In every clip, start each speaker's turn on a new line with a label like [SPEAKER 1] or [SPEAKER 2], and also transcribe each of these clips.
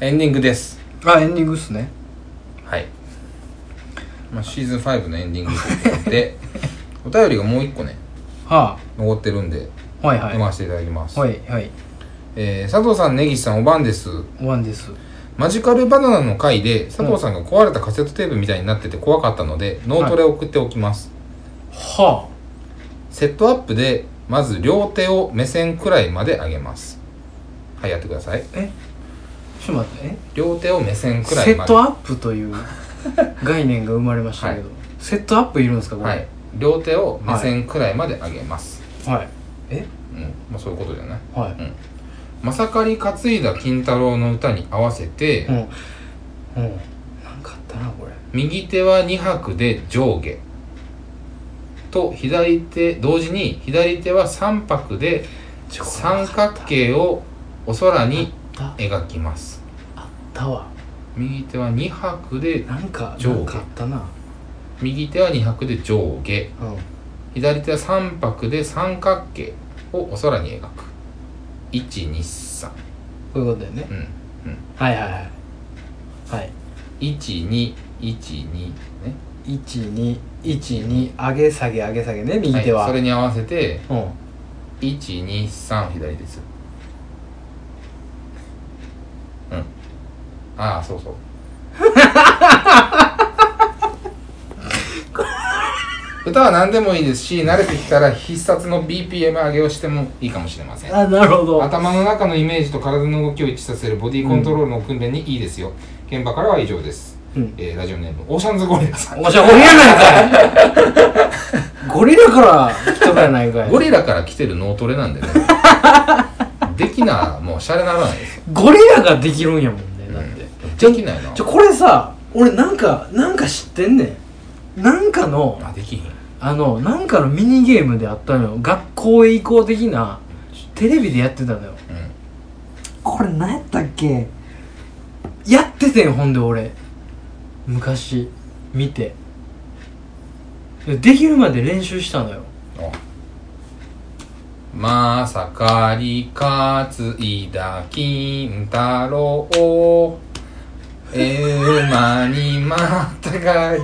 [SPEAKER 1] エンディングです
[SPEAKER 2] あエンディングっすね
[SPEAKER 1] はい、まあ、シーズン5のエンディングということで お便りがもう一個ね
[SPEAKER 2] は
[SPEAKER 1] 残ってるんで
[SPEAKER 2] あはいはい
[SPEAKER 1] 読ませていただきます、
[SPEAKER 2] はいはい
[SPEAKER 1] えー佐藤さん根岸さんおばんです
[SPEAKER 2] ワンです
[SPEAKER 1] マジカルバナナの回で佐藤さんが壊れたカセットテープみたいになってて怖かったので、脳トレを送っておきます、
[SPEAKER 2] は
[SPEAKER 1] セットアップでまず両手を目線くらいまで上げますはいやってください
[SPEAKER 2] あえちょっと待ってえ
[SPEAKER 1] 両手を目線くら
[SPEAKER 2] セ
[SPEAKER 1] いま
[SPEAKER 2] ッ
[SPEAKER 1] で
[SPEAKER 2] トアップという概念が生まれましたけど、
[SPEAKER 1] は
[SPEAKER 2] セットアップいるんですかこれ
[SPEAKER 1] はい両手を目線くらいまで上げます、
[SPEAKER 2] はいえ
[SPEAKER 1] うんまあ、そういうことじゃない
[SPEAKER 2] はい
[SPEAKER 1] うんまさかり担いだ金太郎の歌に合わせて、
[SPEAKER 2] うんうんなんかあったなこれ
[SPEAKER 1] 右手は2拍で上下と左手同時に左手は3拍で
[SPEAKER 2] ちょ
[SPEAKER 1] 三角形をお空に
[SPEAKER 2] あっ
[SPEAKER 1] 描きます
[SPEAKER 2] たわ
[SPEAKER 1] 右手は2拍で
[SPEAKER 2] なんか
[SPEAKER 1] 上下
[SPEAKER 2] なんかあったな
[SPEAKER 1] 右手は2拍で上下
[SPEAKER 2] うん
[SPEAKER 1] 左手は3拍で三角形をお空に描く123
[SPEAKER 2] こういうことだよね
[SPEAKER 1] うんうん
[SPEAKER 2] はいはいはいはい
[SPEAKER 1] 1212ね
[SPEAKER 2] 1212上げ下げ上げ下げね右手は、
[SPEAKER 1] い、それに合わせて
[SPEAKER 2] うん
[SPEAKER 1] 123左ですうんああそうそう 歌は何でもいいですし慣れてきたら必殺の BPM 上げをしてもいいかもしれません
[SPEAKER 2] あなるほど
[SPEAKER 1] 頭の中のイメージと体の動きを一致させるボディコントロールの訓練にいいですよ、現場からは以上です、
[SPEAKER 2] うん
[SPEAKER 1] えーラジオネームオーシャンズゴリラさん
[SPEAKER 2] おしゃゴリラなんかいゴリラから来とかやないかい
[SPEAKER 1] ゴリラから来てる脳トレなん でねできなもうシャレならないです
[SPEAKER 2] ゴリラができるんやもんねだって、
[SPEAKER 1] できないな
[SPEAKER 2] ちょこれさ俺なんかなんか知ってんねんなんかの
[SPEAKER 1] あできひん
[SPEAKER 2] あのなんかのミニゲームであったのよ学校へ行こう的なテレビでやってたの
[SPEAKER 1] う
[SPEAKER 2] よこれ何やったっけやっててんほんで俺昔見てでできるまで練習したのよ
[SPEAKER 1] んおまさかりかついだ金太郎え 馬にまたがり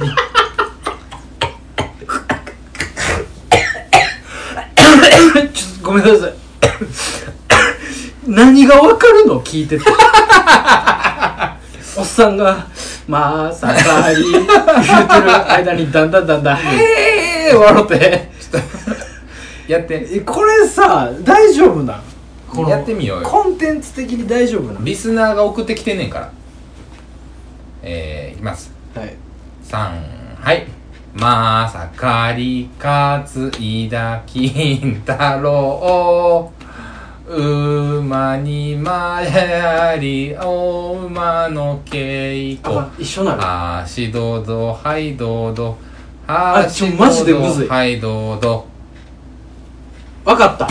[SPEAKER 2] ちょっとごめんなさい 何がわかるの聞いてて おっさんが「まさかり」言ってる間にだんだんだんだん「へえ!」笑って
[SPEAKER 1] やって
[SPEAKER 2] えこれさ大丈夫なんこの
[SPEAKER 1] やってみようよ
[SPEAKER 2] コンテンツ的に大丈夫なん
[SPEAKER 1] リスナーが送ってきてんねんからえー、いきます
[SPEAKER 2] はい
[SPEAKER 1] 3はいまさかりかついだ金太郎馬にまやりお馬の稽
[SPEAKER 2] あ
[SPEAKER 1] 古
[SPEAKER 2] 一緒なの
[SPEAKER 1] はしどどはいどど
[SPEAKER 2] あちょマジでむずい
[SPEAKER 1] はいどど
[SPEAKER 2] わかった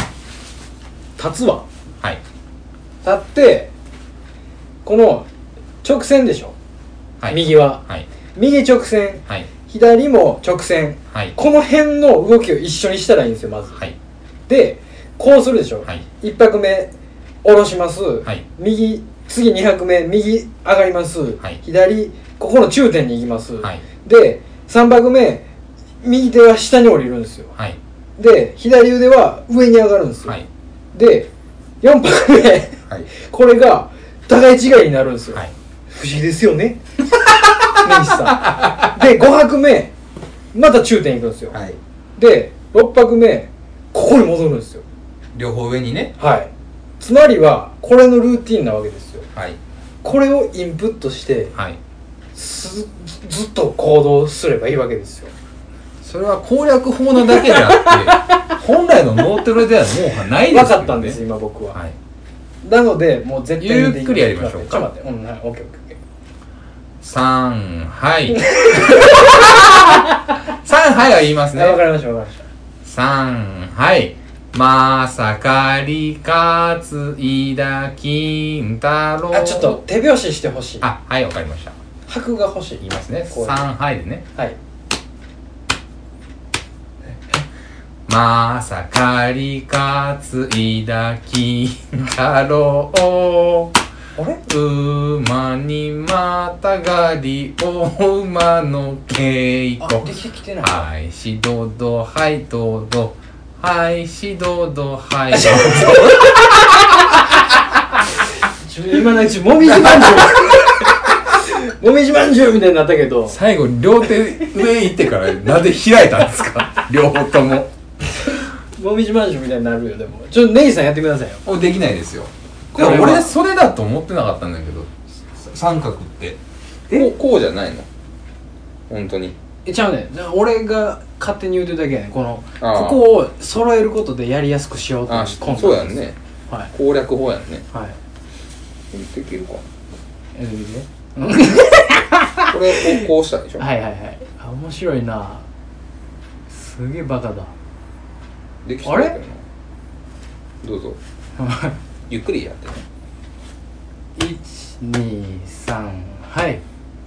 [SPEAKER 2] 立つわ
[SPEAKER 1] はい
[SPEAKER 2] 立ってこの直線でしょ、
[SPEAKER 1] はい
[SPEAKER 2] 右は
[SPEAKER 1] はい
[SPEAKER 2] 右直線
[SPEAKER 1] はい
[SPEAKER 2] 左も直線
[SPEAKER 1] はい
[SPEAKER 2] この辺の動きを一緒にしたらいいんですよまず
[SPEAKER 1] はい
[SPEAKER 2] でこうするでしょ、
[SPEAKER 1] はい
[SPEAKER 2] 一拍目下ろします、
[SPEAKER 1] い
[SPEAKER 2] 右次二拍目右上がります、
[SPEAKER 1] はい
[SPEAKER 2] 左ここの中点に行きます、
[SPEAKER 1] はい
[SPEAKER 2] で三拍目右手は下に降りるんですよ
[SPEAKER 1] はい
[SPEAKER 2] で左腕は上に上がるんですよ、
[SPEAKER 1] はい
[SPEAKER 2] で4拍目
[SPEAKER 1] はい
[SPEAKER 2] これが互い違いになるんですよ、
[SPEAKER 1] はい
[SPEAKER 2] 不思議ですよね 根岸さんで5拍目また中点いくんですよ、
[SPEAKER 1] はい
[SPEAKER 2] で6拍目ここに戻るんですよ
[SPEAKER 1] 両方上にね
[SPEAKER 2] はいつまりはこれのルーティンなわけですよ
[SPEAKER 1] はい
[SPEAKER 2] これをインプットして
[SPEAKER 1] はい
[SPEAKER 2] すずっと行動すればいいわけですよ
[SPEAKER 1] それは攻略法なだけであって本来の脳トレではもうないですよ、ね、
[SPEAKER 2] 分かったんです今僕は、
[SPEAKER 1] はい
[SPEAKER 2] なのでもう絶対にで
[SPEAKER 1] ゆっ
[SPEAKER 2] きる
[SPEAKER 1] くりやりましょうか
[SPEAKER 2] ちょっと待ってうんはいオッケーオッケーオッケー
[SPEAKER 1] 3はい 3はいは言いますね
[SPEAKER 2] あわかりましたわかりました
[SPEAKER 1] 3はいまさかりかついだ金太郎
[SPEAKER 2] あちょっと手拍子してほしい
[SPEAKER 1] あはいわかりました
[SPEAKER 2] 拍が欲しい
[SPEAKER 1] 言いますね
[SPEAKER 2] こう
[SPEAKER 1] 3はいでね
[SPEAKER 2] はい
[SPEAKER 1] まさかりかついだ金太郎
[SPEAKER 2] あれ
[SPEAKER 1] 馬にまたがりお馬の稽
[SPEAKER 2] あ
[SPEAKER 1] 古
[SPEAKER 2] できてきてない
[SPEAKER 1] はいしどどはいどどはいしどどはい ど
[SPEAKER 2] 今のうちもみじまんじゅう もみじまんじゅうみたいになったけど
[SPEAKER 1] 最後に両手上行ってからなぜ開いたんです か両方とも
[SPEAKER 2] もみじまんじゅうみたいになるよでもちょっとネギさんやってくださいよ
[SPEAKER 1] おできないですよ
[SPEAKER 2] こ
[SPEAKER 1] で
[SPEAKER 2] れは
[SPEAKER 1] も俺それだと思ってなかったんだけどさ三角ってこうこうじゃないの本当に
[SPEAKER 2] えちゃうねんな俺が勝手に言うてるだけやねんこの
[SPEAKER 1] あ
[SPEAKER 2] こ
[SPEAKER 1] ー
[SPEAKER 2] こを揃えることでやりやすくしようという
[SPEAKER 1] あ
[SPEAKER 2] コンセプ
[SPEAKER 1] そ
[SPEAKER 2] ト
[SPEAKER 1] うやんね
[SPEAKER 2] はい
[SPEAKER 1] 攻略法やんね
[SPEAKER 2] はい
[SPEAKER 1] できるか
[SPEAKER 2] えどういうこ
[SPEAKER 1] これこうこうしたでし
[SPEAKER 2] と
[SPEAKER 1] ょ
[SPEAKER 2] はいはいはいあ面白いなすげえバカだ
[SPEAKER 1] できそうだけど
[SPEAKER 2] あ
[SPEAKER 1] などうぞゆっくりやってね
[SPEAKER 2] 123はい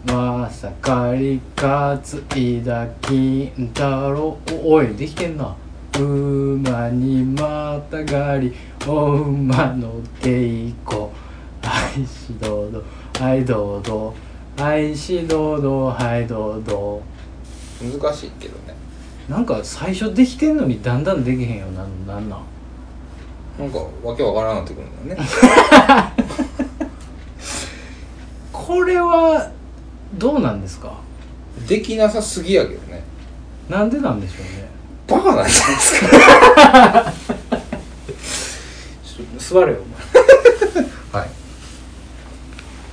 [SPEAKER 2] まさかりかついだ金太郎おおいできてんな馬にまたがりお馬の稽古愛しどうど愛どうど愛しどうど愛どうど
[SPEAKER 1] 難しいけどね
[SPEAKER 2] なんか最初できてんのにだんだんできへんよななんなん
[SPEAKER 1] なんかわけわからなくなってくるんだよね
[SPEAKER 2] これはどうなんですか
[SPEAKER 1] できなさすぎやけどね
[SPEAKER 2] なんでなんでしょうね
[SPEAKER 1] バカなんじゃないです
[SPEAKER 2] 座れよ
[SPEAKER 1] かはい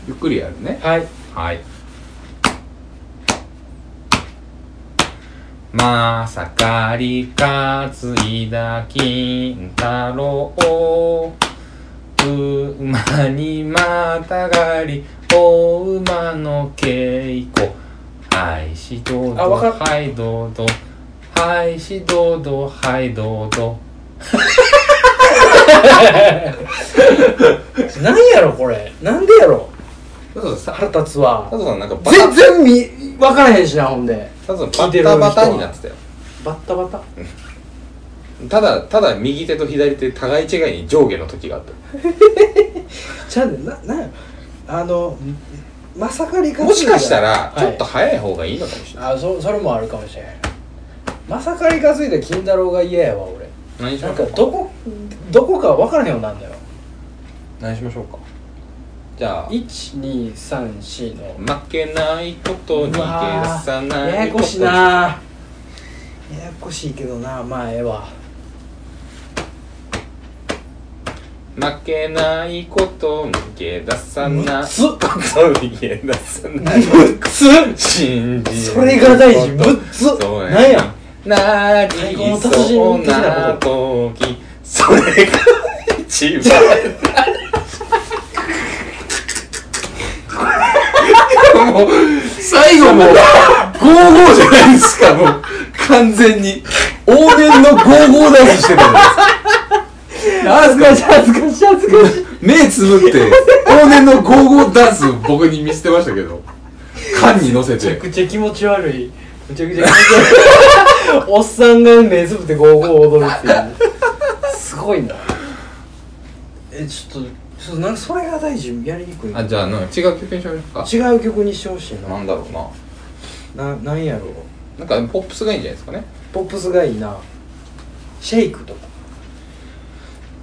[SPEAKER 1] ゆっくりやるね
[SPEAKER 2] はい
[SPEAKER 1] はいまさかりかついだ金太郎馬にまたがりお馬の稽古はいしどう
[SPEAKER 2] あ
[SPEAKER 1] ど
[SPEAKER 2] わかっ
[SPEAKER 1] はいどうどはいしどうどはいどうど
[SPEAKER 2] なんやろこれなんでやろ
[SPEAKER 1] 佐藤さん
[SPEAKER 2] 腹立つわ
[SPEAKER 1] 佐藤さんなんかバタ
[SPEAKER 2] 全然見分からへんしなほんで
[SPEAKER 1] 佐藤
[SPEAKER 2] 聞
[SPEAKER 1] さ
[SPEAKER 2] い
[SPEAKER 1] ん
[SPEAKER 2] てる
[SPEAKER 1] バ
[SPEAKER 2] 人は
[SPEAKER 1] タバタになってたよ
[SPEAKER 2] バッタバタ
[SPEAKER 1] ただただ右手と左手互い違いに上下の時があった
[SPEAKER 2] ちゃうねんななんやあのまさかりか
[SPEAKER 1] もしかしたら、
[SPEAKER 2] はい
[SPEAKER 1] ちょっと早い方がいいのかもしれない。
[SPEAKER 2] あそそれもあるかもしれないまさかりかついた金太郎が嫌やわ俺
[SPEAKER 1] 何し
[SPEAKER 2] な
[SPEAKER 1] ま
[SPEAKER 2] ん
[SPEAKER 1] しょ
[SPEAKER 2] か
[SPEAKER 1] うか
[SPEAKER 2] どこどこか分からへんようになんだよ
[SPEAKER 1] 何しましょうかじゃあ、
[SPEAKER 2] 1234の
[SPEAKER 1] 負けないことに
[SPEAKER 2] うわ
[SPEAKER 1] 逃げさ
[SPEAKER 2] ー
[SPEAKER 1] ない
[SPEAKER 2] ややこしいなややこしいけどなまあええ わ
[SPEAKER 1] 負けないことに逃げ出さない
[SPEAKER 2] むっつ
[SPEAKER 1] ことに逃げ出さ ない
[SPEAKER 2] 6つ
[SPEAKER 1] 信じる
[SPEAKER 2] それが大事
[SPEAKER 1] こと
[SPEAKER 2] むっつ
[SPEAKER 1] そう
[SPEAKER 2] なんや
[SPEAKER 1] なりそうな時それが一番もう最後も うゴーゴーじゃないですかもう完全に往年のゴーゴーダンスしてる
[SPEAKER 2] 恥ずかしい恥ずかしい恥ずか しい
[SPEAKER 1] 目つぶって往年のゴーゴーダンス僕に見せてましたけど缶に乗せ
[SPEAKER 2] めちゃ
[SPEAKER 1] て
[SPEAKER 2] くちゃ気持ち悪いめちゃくちゃ気持ち悪い おっさんが目つぶってゴーゴー踊るっていうすごいなえちょっとちょっとなんかそれが大事やりにくい
[SPEAKER 1] あじゃあなんか違う曲にしましょうか
[SPEAKER 2] 違う曲にしてほしい
[SPEAKER 1] な
[SPEAKER 2] なん
[SPEAKER 1] だろうな
[SPEAKER 2] ななんやろう
[SPEAKER 1] なんかポップスがいいんじゃないですかね
[SPEAKER 2] ポップスがいいなシェイクとか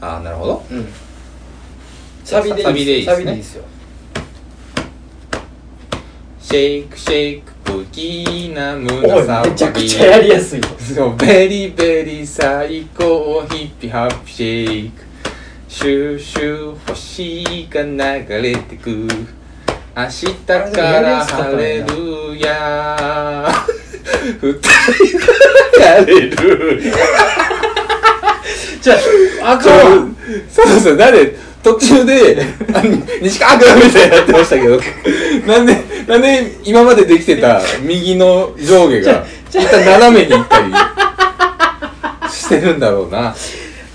[SPEAKER 1] ああなるほど
[SPEAKER 2] うんサビでいい
[SPEAKER 1] サビでいいっすね
[SPEAKER 2] サビでいいっすよ
[SPEAKER 1] シェイクシェイク不気な胸
[SPEAKER 2] おいめちゃくちゃやりやすいよ
[SPEAKER 1] そうベリーベリー最高ヒッピーハッピーシェイクシューシュー星が流れてく明日から晴れるや二人が晴れるや
[SPEAKER 2] じゃああ
[SPEAKER 1] ちょ
[SPEAKER 2] かんわ
[SPEAKER 1] そうそうそう、なんで、途中で、あ西川君みたいになってましたけど、なんで、なんで今までできてた右の上下が、一旦斜めに行ったりしてるんだろうな。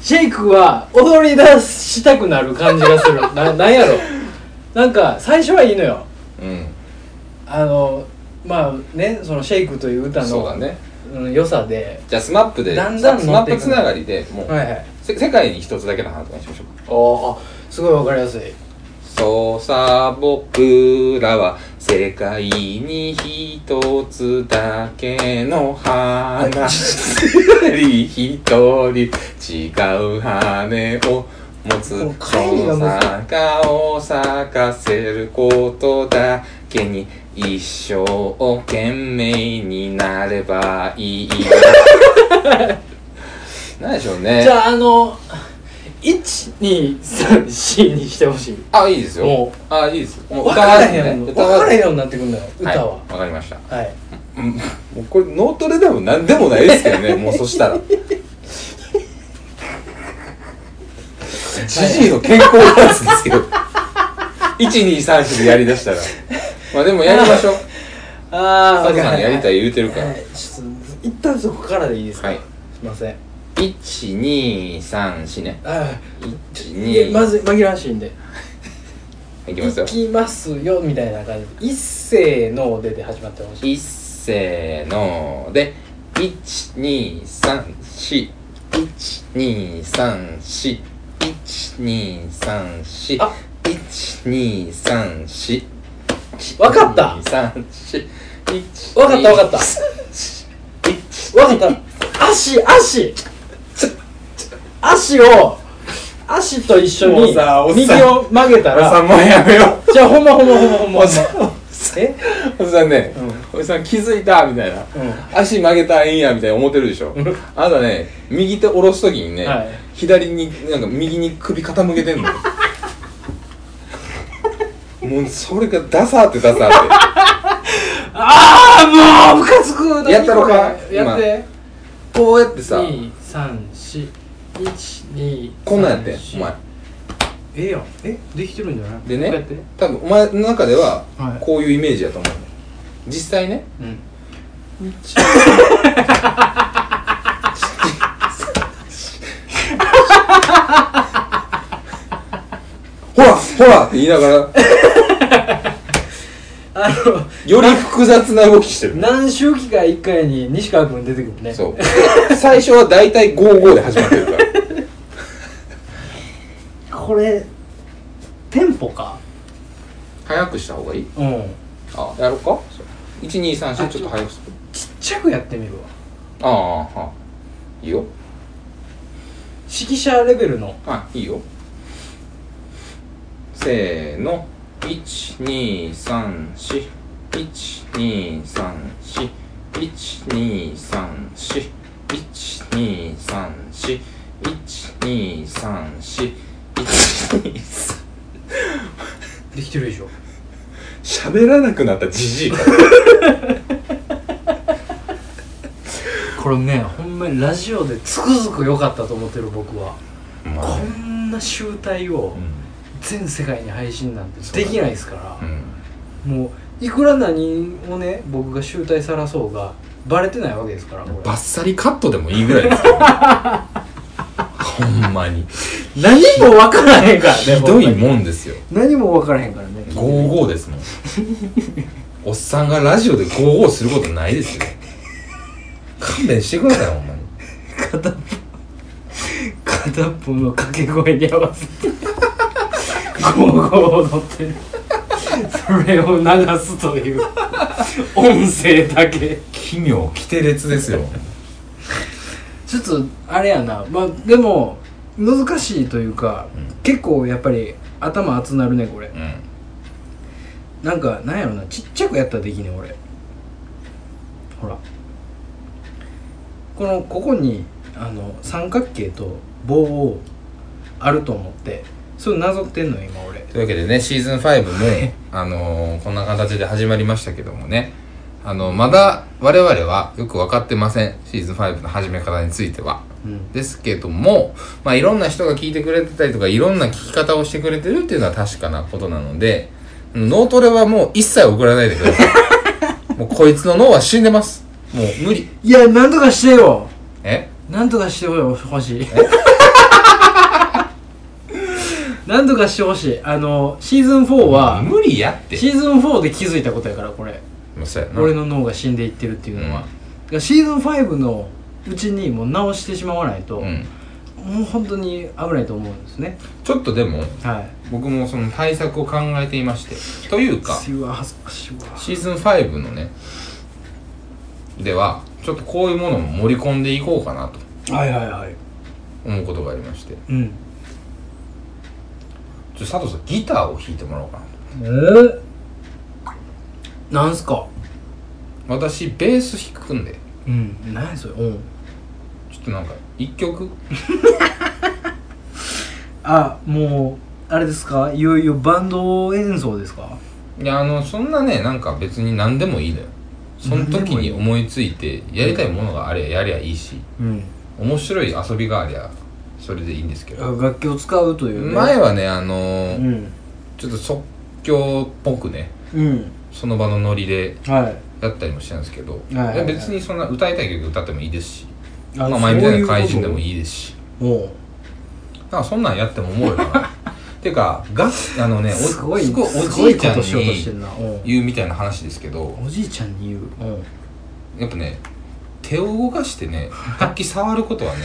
[SPEAKER 2] シェイクは踊り出したくなる感じが するななんやろなんか最初はいいのよ
[SPEAKER 1] うん。
[SPEAKER 2] あのまあねそのシェイクという歌の
[SPEAKER 1] そうだね。
[SPEAKER 2] うん良さで
[SPEAKER 1] じゃあ、スマップで、
[SPEAKER 2] だんだん
[SPEAKER 1] ス
[SPEAKER 2] 乗
[SPEAKER 1] マ
[SPEAKER 2] っ
[SPEAKER 1] ッ
[SPEAKER 2] てい
[SPEAKER 1] プ
[SPEAKER 2] く
[SPEAKER 1] つながりで、もう、
[SPEAKER 2] はいはい
[SPEAKER 1] せ世界に一つだけの話とかにしましょうか。
[SPEAKER 2] おーあすごいわかりやすい
[SPEAKER 1] そうさ僕らは世界に一つだけの花一人一人違う羽を持つ
[SPEAKER 2] もう帰りが
[SPEAKER 1] そう
[SPEAKER 2] 難しい
[SPEAKER 1] さ花を咲かせることだけに一生懸命になればい いなんでしょうね
[SPEAKER 2] じゃああの1234にしてほしい
[SPEAKER 1] あ、いいですよ
[SPEAKER 2] も。
[SPEAKER 1] あ、いいです。もう
[SPEAKER 2] 分
[SPEAKER 1] 歌
[SPEAKER 2] か
[SPEAKER 1] わ
[SPEAKER 2] ら
[SPEAKER 1] ず
[SPEAKER 2] へん
[SPEAKER 1] ね
[SPEAKER 2] ように分
[SPEAKER 1] 歌
[SPEAKER 2] か
[SPEAKER 1] わ
[SPEAKER 2] ら
[SPEAKER 1] ず
[SPEAKER 2] へんようになってくんだよ歌は
[SPEAKER 1] はいわかりました。
[SPEAKER 2] はい
[SPEAKER 1] もうこれ、脳トレでも何でもないですけ どね、もうそしたら。じじいの健康バランスですけど。1234でやりだしたら。まあでもやりましょう。
[SPEAKER 2] あ
[SPEAKER 1] 佐藤さんやりた
[SPEAKER 2] い
[SPEAKER 1] い言うてるから
[SPEAKER 2] は。いちょっと一旦そこからでいいですか
[SPEAKER 1] はい
[SPEAKER 2] すいません
[SPEAKER 1] 1234ね。
[SPEAKER 2] あい
[SPEAKER 1] 12
[SPEAKER 2] やまず紛らわしいんで
[SPEAKER 1] いきます
[SPEAKER 2] 行
[SPEAKER 1] よ。
[SPEAKER 2] きますよみたいな感じで一斉の出で始まってほしい
[SPEAKER 1] いっせーので
[SPEAKER 2] あ
[SPEAKER 1] 123412341234
[SPEAKER 2] わかった
[SPEAKER 1] わかった
[SPEAKER 2] わかったわかっ
[SPEAKER 1] た
[SPEAKER 2] たわかった足足足を足と一緒に
[SPEAKER 1] もうさおっ
[SPEAKER 2] 右
[SPEAKER 1] さん
[SPEAKER 2] を曲げた
[SPEAKER 1] お さ
[SPEAKER 2] ら
[SPEAKER 1] んもうやめよ
[SPEAKER 2] じゃあほんまほんまほんまほんま
[SPEAKER 1] おっさん
[SPEAKER 2] え
[SPEAKER 1] うおっさんね
[SPEAKER 2] う
[SPEAKER 1] おっさん気づいたみたいな
[SPEAKER 2] う
[SPEAKER 1] 足曲げたらええんやみたいな思ってるでしょ
[SPEAKER 2] ん
[SPEAKER 1] あなたね右手下ろすときにね、
[SPEAKER 2] はい
[SPEAKER 1] 左になんか右に首傾けてんのもうそれがダサーってダサーって
[SPEAKER 2] ああもうムカつく何
[SPEAKER 1] やったろか
[SPEAKER 2] これやって
[SPEAKER 1] こうやってさ
[SPEAKER 2] 二三四一二
[SPEAKER 1] こんなんやってん
[SPEAKER 2] 三
[SPEAKER 1] お
[SPEAKER 2] 四
[SPEAKER 1] 前
[SPEAKER 2] ええやんえできてるんじゃない
[SPEAKER 1] で
[SPEAKER 2] こうや
[SPEAKER 1] ね
[SPEAKER 2] って
[SPEAKER 1] 多分お前の中では
[SPEAKER 2] はい
[SPEAKER 1] こういうイメージやと思う、実際ね
[SPEAKER 2] うん
[SPEAKER 1] ほらほらって言いながら
[SPEAKER 2] あの
[SPEAKER 1] より複雑な動きしてる
[SPEAKER 2] 何周期か1回に西川君出てくるね
[SPEAKER 1] そう最初は大体55で始まってるから
[SPEAKER 2] これテンポか
[SPEAKER 1] 早くした方がいい
[SPEAKER 2] うん
[SPEAKER 1] あやろうか1234ちょっと早くする
[SPEAKER 2] ちっちゃくやってみるわ
[SPEAKER 1] ああはいいいよ
[SPEAKER 2] 指揮者レベルの
[SPEAKER 1] あいいよせーの12341234123412341234
[SPEAKER 2] できてるでしょ
[SPEAKER 1] 喋らなくなったじじい
[SPEAKER 2] これねほんまにラジオでつくづく良かったと思ってる僕はこんな集大を全世界に配信なんてできないですから、もういくら何をね僕が集大さらそうがバレてないわけですからこ
[SPEAKER 1] バッ
[SPEAKER 2] れ
[SPEAKER 1] サリカットでもいいぐらいですよほんまに
[SPEAKER 2] 何も分からへんからね
[SPEAKER 1] ひどい
[SPEAKER 2] ほんまに
[SPEAKER 1] もんですよ
[SPEAKER 2] 何も分からへんからね
[SPEAKER 1] 55ですもんおっさんがラジオで55することないですよ勘弁してくださいほんまに
[SPEAKER 2] 片っぽの掛け声に合わせてゴーゴー踊ってるそれを流すという音声だけ
[SPEAKER 1] 奇妙奇て列ですよ
[SPEAKER 2] ちょっとあれやなまあでも難しいというか、
[SPEAKER 1] うん
[SPEAKER 2] 結構やっぱり頭熱なるねこれ
[SPEAKER 1] うん
[SPEAKER 2] なんかなんやろなちっちゃくやったらできんねん俺ほらこのここにあの三角形と棒をあると思ってそれなぞってんのよ今俺
[SPEAKER 1] というわけでねシーズン5も、あのーこんな形で始まりましたけどもねあのまだ我々はよく分かってませんシーズン5の始め方については
[SPEAKER 2] うん
[SPEAKER 1] ですけども、まあ、いろんな人が聞いてくれてたりとかいろんな聞き方をしてくれてるっていうのは確かなことなので脳トレはもう一切送らないでください もうこいつの脳は死んでますもう無理
[SPEAKER 2] いやなんとかしてよ
[SPEAKER 1] え
[SPEAKER 2] なんとかしてほし いなんとかしてほしいあのシーズン4は
[SPEAKER 1] 無理やって
[SPEAKER 2] シーズン4で気づいたことやからこれ
[SPEAKER 1] もうそうやな
[SPEAKER 2] 俺の脳が死んでいってるっていうのは、
[SPEAKER 1] うん
[SPEAKER 2] だからシーズン5のうちにもう直してしまわないと、
[SPEAKER 1] うん
[SPEAKER 2] もう本当に危ないと思うんですね
[SPEAKER 1] ちょっとでも
[SPEAKER 2] はい
[SPEAKER 1] 僕もその対策を考えていましてというか
[SPEAKER 2] 私は恥ずかしいわ
[SPEAKER 1] シーズン5のねではちょっとこういうものも盛り込んでいこうかなと
[SPEAKER 2] はいはいはい
[SPEAKER 1] 思うことがありましてちょ
[SPEAKER 2] うん
[SPEAKER 1] っと佐藤さんギターを弾いてもらおうかなと
[SPEAKER 2] えー、なんすか
[SPEAKER 1] 私ベース弾くんで
[SPEAKER 2] うん何それうん
[SPEAKER 1] ちょっとなんか一曲
[SPEAKER 2] あもうあれですかいよいよバンド演奏ですか
[SPEAKER 1] いやあのそんなねなんか別に何でもいいのよその時に思いついてやりたいものがあれやりゃいいし
[SPEAKER 2] うん
[SPEAKER 1] 面白い遊びがありゃそれでいいんですけど
[SPEAKER 2] 楽器を使うというね
[SPEAKER 1] 前はねあの
[SPEAKER 2] う
[SPEAKER 1] ー
[SPEAKER 2] ん
[SPEAKER 1] ちょっと即興っぽくね
[SPEAKER 2] うん
[SPEAKER 1] その場のノリで
[SPEAKER 2] はい
[SPEAKER 1] やったりもしてたんですけど、
[SPEAKER 2] いはいはい
[SPEAKER 1] いや別にそんな歌いたい曲歌ってもいいですし
[SPEAKER 2] あ
[SPEAKER 1] まあ前みたいな怪人でも
[SPEAKER 2] い
[SPEAKER 1] いいですし
[SPEAKER 2] も
[SPEAKER 1] なんかそんなんやっても思うよ なっていうかガスあの
[SPEAKER 2] う
[SPEAKER 1] ねお
[SPEAKER 2] すごい
[SPEAKER 1] すごい
[SPEAKER 2] す
[SPEAKER 1] お
[SPEAKER 2] ご
[SPEAKER 1] じ
[SPEAKER 2] い
[SPEAKER 1] い
[SPEAKER 2] こ
[SPEAKER 1] ちゃん
[SPEAKER 2] としようとしてる
[SPEAKER 1] に
[SPEAKER 2] なうん
[SPEAKER 1] 言うみたいな話ですけど
[SPEAKER 2] おじいちゃんに言ううん
[SPEAKER 1] やっぱね手を動かしてね楽器触ることは ね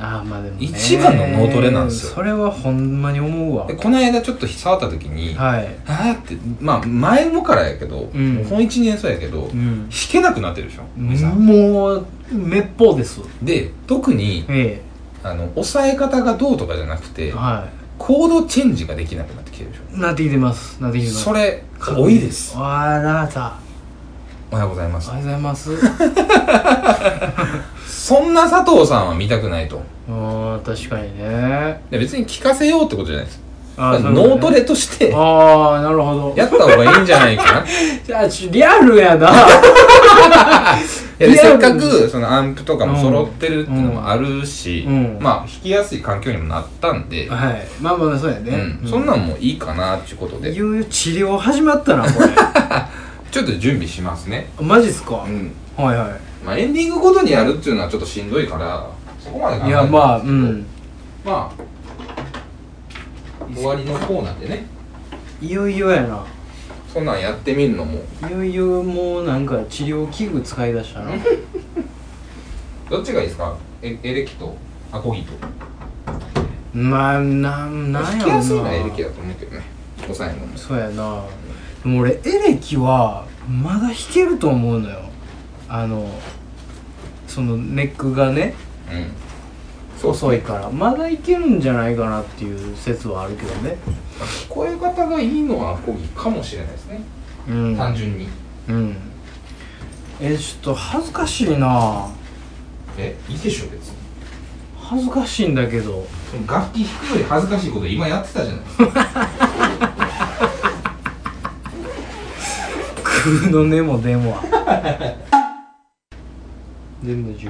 [SPEAKER 2] ああまあでもね
[SPEAKER 1] 一番の脳トレなんですよ
[SPEAKER 2] それはほんまに思うわ
[SPEAKER 1] でこの間ちょっと触った時に、
[SPEAKER 2] はい
[SPEAKER 1] あーってまあ前もからやけど、
[SPEAKER 2] うん
[SPEAKER 1] もう本1年そうやけど、弾
[SPEAKER 2] ん
[SPEAKER 1] けなくなってるでしょ、おじさん
[SPEAKER 2] もうめっぽうです
[SPEAKER 1] で特に
[SPEAKER 2] え
[SPEAKER 1] あの抑え方がどうとかじゃなく
[SPEAKER 2] え
[SPEAKER 1] て
[SPEAKER 2] は
[SPEAKER 1] コードチェンジができなくなってきてるでし
[SPEAKER 2] いなってきてますなってきて
[SPEAKER 1] ょ
[SPEAKER 2] ます
[SPEAKER 1] それ多いです
[SPEAKER 2] あらた
[SPEAKER 1] おはようございま
[SPEAKER 2] お
[SPEAKER 1] す
[SPEAKER 2] はようございますう
[SPEAKER 1] そんな佐藤さんは見たくないと
[SPEAKER 2] ーん確かにね
[SPEAKER 1] で別に聞かせようってことじゃないです
[SPEAKER 2] あそういうことね
[SPEAKER 1] 脳トレとして
[SPEAKER 2] ああなるほど
[SPEAKER 1] やった方がいいんじゃないかない
[SPEAKER 2] じゃあちリアル やな
[SPEAKER 1] や
[SPEAKER 2] リ
[SPEAKER 1] で
[SPEAKER 2] アル
[SPEAKER 1] せっ
[SPEAKER 2] に
[SPEAKER 1] かくそのアンプとかも揃ってるっていうのもあるし、
[SPEAKER 2] うんうん
[SPEAKER 1] まあ弾きやすい環境にもなったんで、
[SPEAKER 2] はいまあまあそうやね
[SPEAKER 1] うんそんなんもいいかなっていうことで
[SPEAKER 2] いよいよ治療始まったなこ れ
[SPEAKER 1] ちょっと準備しますね
[SPEAKER 2] マジっすか
[SPEAKER 1] うん
[SPEAKER 2] はいは
[SPEAKER 1] まあエンディングごとにやるっていうのはちょっとしんどいからそこまで考
[SPEAKER 2] い
[SPEAKER 1] えて
[SPEAKER 2] い
[SPEAKER 1] な
[SPEAKER 2] や
[SPEAKER 1] い
[SPEAKER 2] まあうん
[SPEAKER 1] まあ終わりのコーナーでね
[SPEAKER 2] いよいよやな
[SPEAKER 1] そんなんやってみるの も
[SPEAKER 2] いよいよもうなんか治療器具使い出したな
[SPEAKER 1] どっちがいいですかエエレキとアコギと
[SPEAKER 2] まあなんなん
[SPEAKER 1] 弾
[SPEAKER 2] や
[SPEAKER 1] き
[SPEAKER 2] ろな
[SPEAKER 1] やすいのはエレキだと思うけどね抑えのも
[SPEAKER 2] そうやなでも俺エレキはまだ弾けると思うのよあのそのネックがね
[SPEAKER 1] うんそうそう
[SPEAKER 2] 細いからまだいけるんじゃないかなっていう説はあるけどね
[SPEAKER 1] 聞こえ方がいいのはアコギかもしれないですね、
[SPEAKER 2] うん
[SPEAKER 1] 単純に
[SPEAKER 2] うんえちょっと恥ずかしいな
[SPEAKER 1] えいいでしょ別に
[SPEAKER 2] 恥ずかしいんだけど
[SPEAKER 1] 楽器弾くより恥ずかしいこと今やってたじゃないですか
[SPEAKER 2] 空の根も電話 全部10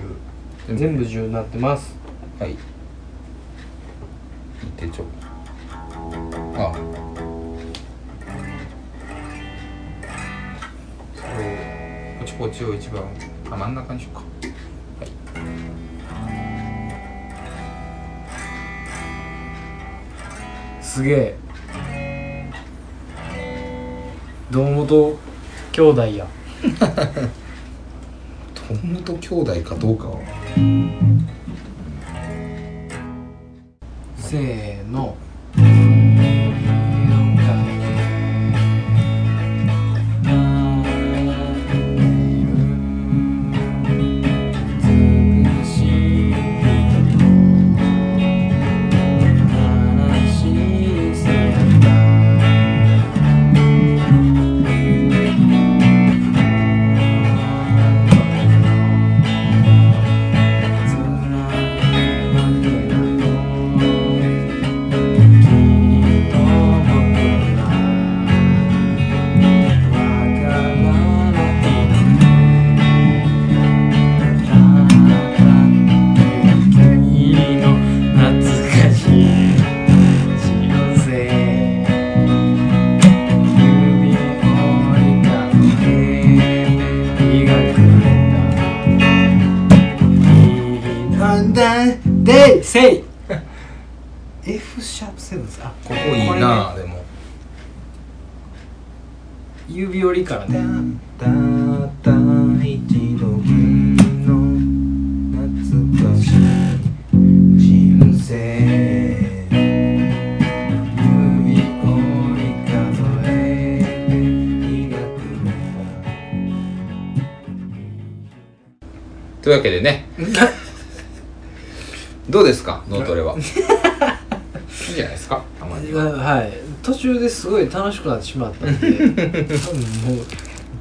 [SPEAKER 2] 全部10になってます
[SPEAKER 1] はい手帳あそれをポチポチを一番あ真ん中にしようか
[SPEAKER 2] すげえ堂本兄弟や
[SPEAKER 1] トンムと兄弟かどうかは
[SPEAKER 2] せーのなんだでせい F シャープセブンですあ
[SPEAKER 1] ここいいなあでも
[SPEAKER 2] 指折りからね
[SPEAKER 1] たった一度きりの懐かしい人というわけで ねどうですか脳トレ はいいじゃないですかたまには
[SPEAKER 2] はい途中ですごい楽しくなってしまったんで多分もう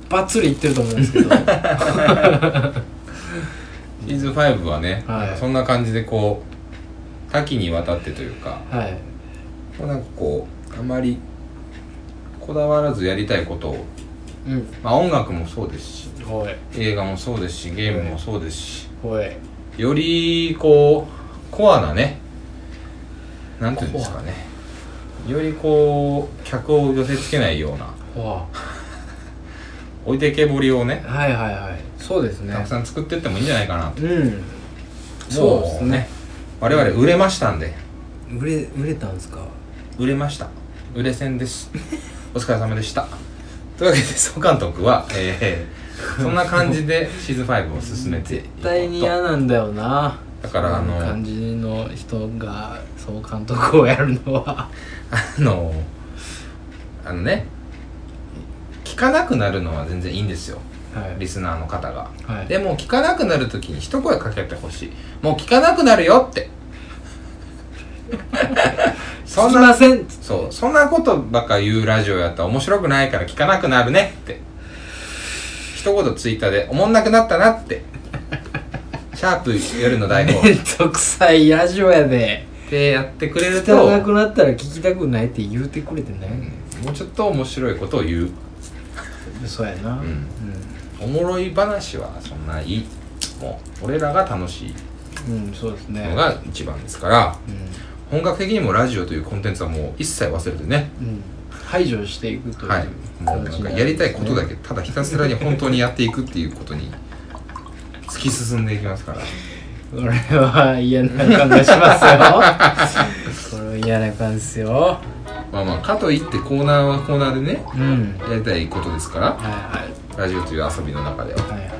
[SPEAKER 2] バッツリいってると思うんですけど
[SPEAKER 1] シーズン5はね、
[SPEAKER 2] はい
[SPEAKER 1] そんな感じでこう多岐にわたってというか
[SPEAKER 2] はい
[SPEAKER 1] もうなんかこうあまりこだわらずやりたいことを、
[SPEAKER 2] うん
[SPEAKER 1] まあ、音楽もそうですし
[SPEAKER 2] ほい
[SPEAKER 1] 映画もそうですしゲームもそうですし、
[SPEAKER 2] ほい
[SPEAKER 1] よりこうコアなねなんていうんですかねよりこう客を寄せつけないような
[SPEAKER 2] ほ
[SPEAKER 1] 置いてけぼりを
[SPEAKER 2] い
[SPEAKER 1] ね
[SPEAKER 2] はいはいはいそうですね
[SPEAKER 1] たくさん作ってってもいいんじゃないかなと
[SPEAKER 2] うんそうです
[SPEAKER 1] も
[SPEAKER 2] ね
[SPEAKER 1] 我々売れましたんで
[SPEAKER 2] 売れ売れたんですか
[SPEAKER 1] 売れました売れ線です お疲れ様でしたというわけで総監督は、えー、そんな感じでシーズン5を進めていこう
[SPEAKER 2] 絶
[SPEAKER 1] と
[SPEAKER 2] 対に嫌なんだよな
[SPEAKER 1] だからあの
[SPEAKER 2] そ感じの人がそう監督をやる のは
[SPEAKER 1] あのあのね聞かなくなるのは全然いいんですよ
[SPEAKER 2] はい
[SPEAKER 1] リスナーの方が、
[SPEAKER 2] はい
[SPEAKER 1] でも聞かなくなるときに一声かけてほしいもう聞かなくなるよって そ
[SPEAKER 2] す
[SPEAKER 1] ん
[SPEAKER 2] い
[SPEAKER 1] な
[SPEAKER 2] ません
[SPEAKER 1] そうそんなことばっか言うラジオやったら面白くないから聞かなくなるねって一言ツイッターで「おもんなくなったな」って「シャープ夜の大悟
[SPEAKER 2] めんどくさいラジオやで」
[SPEAKER 1] ってやってくれる
[SPEAKER 2] 聞き
[SPEAKER 1] と
[SPEAKER 2] たなくなったら聞きたくないって言うてくれてないね
[SPEAKER 1] うんもうちょっと面白いことを言う
[SPEAKER 2] そうやなうんん
[SPEAKER 1] おもろい話はそんないいもう俺らが楽しい
[SPEAKER 2] うんそうですね
[SPEAKER 1] のが一番ですから
[SPEAKER 2] う
[SPEAKER 1] 本格的にもラジオというコンテンツはもう一切忘れてね
[SPEAKER 2] んうん排除していくという
[SPEAKER 1] はいもうなんかやりたいことだけただひたすらに本当にやっていくっていうことに突き進んでいきますから
[SPEAKER 2] これは嫌な感じがしますよこれは嫌な感じですよ
[SPEAKER 1] まあまあかといってコーナーはコーナーでね
[SPEAKER 2] うん
[SPEAKER 1] やりたいことですから
[SPEAKER 2] はいはい
[SPEAKER 1] ラジオという遊びの中では、
[SPEAKER 2] はい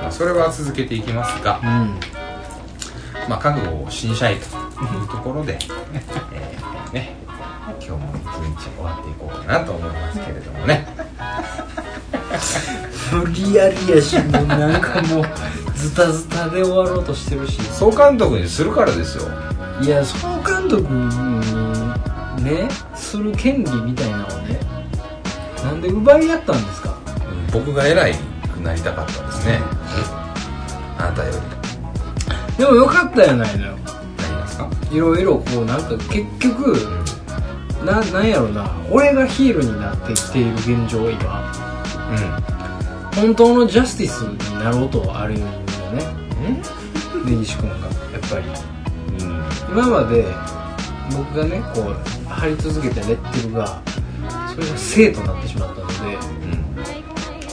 [SPEAKER 1] まあ、それは続けていきますが
[SPEAKER 2] はいうん
[SPEAKER 1] まあ、覚悟をしにしたいというところ で、えーね、今日も一日終わっていこうかなと思いますけれどもね。
[SPEAKER 2] 無理やりやしもうなんかもうズタズタで終わろうとしてるし
[SPEAKER 1] 総監督にするからですよ。
[SPEAKER 2] いや総監督にねする権利みたいなのをねなんで奪い合ったんですか
[SPEAKER 1] 僕が偉いくなりたかったんですね。あなたより。
[SPEAKER 2] でもよかったやないのよ
[SPEAKER 1] 何ですか
[SPEAKER 2] いろいろこうなんか結局
[SPEAKER 1] う
[SPEAKER 2] ななんやろな俺がヒールになってきている現状今本当のジャスティスになろうとある意味だね根岸君がやっぱり
[SPEAKER 1] ん。うん。うん。
[SPEAKER 2] 今まで僕がねこう張り続けたレッテルがそれが生となってしまったの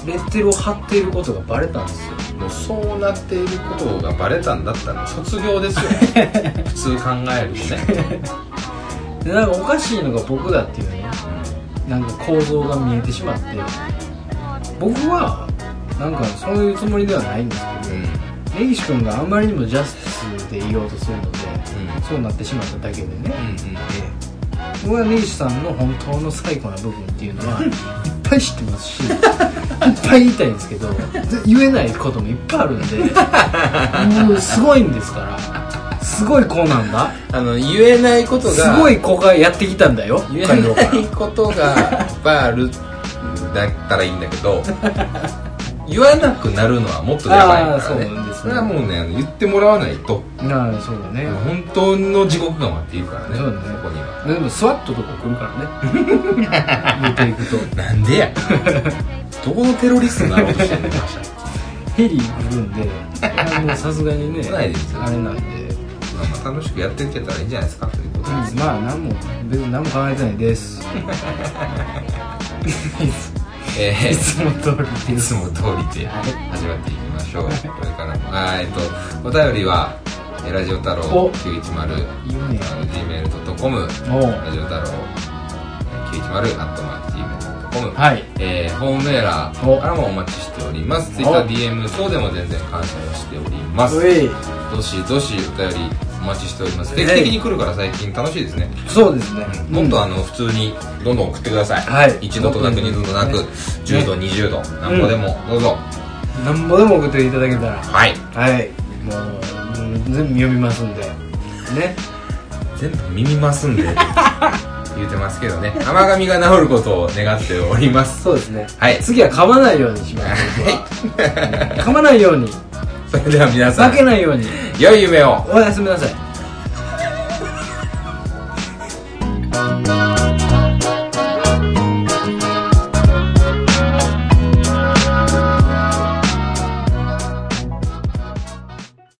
[SPEAKER 2] でレッテルを貼っていることがバレたんですよ
[SPEAKER 1] もうそうなっていることがバレたんだったら卒業です よ普通考えるとね、
[SPEAKER 2] でなんかおかしいのが僕だっていうねなんか構造が見えてしまって僕はなんかそういうつもりではないんですけ
[SPEAKER 1] うん
[SPEAKER 2] ど、
[SPEAKER 1] うん
[SPEAKER 2] 根岸君があんまりにもジャスティスでいようとするのでそうなってしまっただけでね
[SPEAKER 1] うんうん
[SPEAKER 2] 僕は根岸さんの本当の最高な部分っていう のはいっぱい知ってますしいっぱい言いたいんですけど言えないこともいっぱいあるんでもうすごいんですからすごい子なんだ
[SPEAKER 1] あの言えないことが
[SPEAKER 2] すごい子がやってきたんだよ
[SPEAKER 1] 言え
[SPEAKER 2] 北海道か
[SPEAKER 1] な
[SPEAKER 2] ら
[SPEAKER 1] いことがいっぱいあるだったらいいんだけど 言わなくなるのはもっとやばいからね
[SPEAKER 2] あーそうなんですね
[SPEAKER 1] れはもうね言ってもらわないと
[SPEAKER 2] ああそうだね、
[SPEAKER 1] 本当の地獄が待っているからね
[SPEAKER 2] そうだね
[SPEAKER 1] こには
[SPEAKER 2] でもスワットとか来るから ね言うていくと
[SPEAKER 1] なんで やどこのテロリストになろうとしてんのマシャ
[SPEAKER 2] ヘリ来るんであのさすがにね
[SPEAKER 1] 来ないですよ
[SPEAKER 2] あれな
[SPEAKER 1] まあ
[SPEAKER 2] んで
[SPEAKER 1] まあ楽しくやっていけたらいいんじゃないですかということです、
[SPEAKER 2] うんまあ何も別に何も考えてないです
[SPEAKER 1] え
[SPEAKER 2] い
[SPEAKER 1] ー
[SPEAKER 2] つも通り
[SPEAKER 1] い
[SPEAKER 2] で
[SPEAKER 1] つ
[SPEAKER 2] す
[SPEAKER 1] も通りで始まっていきましょう。これからも、あーえっと、お便りは、えーラジオ太郎
[SPEAKER 2] お
[SPEAKER 1] 910、
[SPEAKER 2] 言うね
[SPEAKER 1] あの gmail.com、
[SPEAKER 2] おう
[SPEAKER 1] ラジオ太郎910、アットマーク gmail.com、
[SPEAKER 2] はい
[SPEAKER 1] えー、ホームメーラーからもお待ちしております。
[SPEAKER 2] お
[SPEAKER 1] Twitter、DM 等でも全然感謝しております。
[SPEAKER 2] うい
[SPEAKER 1] どしどしお便りお待ちしております。
[SPEAKER 2] え
[SPEAKER 1] 定
[SPEAKER 2] い
[SPEAKER 1] 期的に来るから最近楽しいですね。
[SPEAKER 2] そうですね
[SPEAKER 1] もっとあの普通にどんどん送ってください、
[SPEAKER 2] はい
[SPEAKER 1] 一度となく二度となく、
[SPEAKER 2] ね
[SPEAKER 1] 10度20度何個でもどうぞ、
[SPEAKER 2] うんなんぼでも送っていただけたら
[SPEAKER 1] はい
[SPEAKER 2] はいもうもう全部読みますんでね
[SPEAKER 1] 全部耳ます んで言うてますけどね甘噛みが治ることを願っております
[SPEAKER 2] そうですね
[SPEAKER 1] はい
[SPEAKER 2] 次は噛まないようにします僕は噛まないように
[SPEAKER 1] それでは皆さん
[SPEAKER 2] 負けないように
[SPEAKER 1] 良い夢を
[SPEAKER 2] おやすみなさい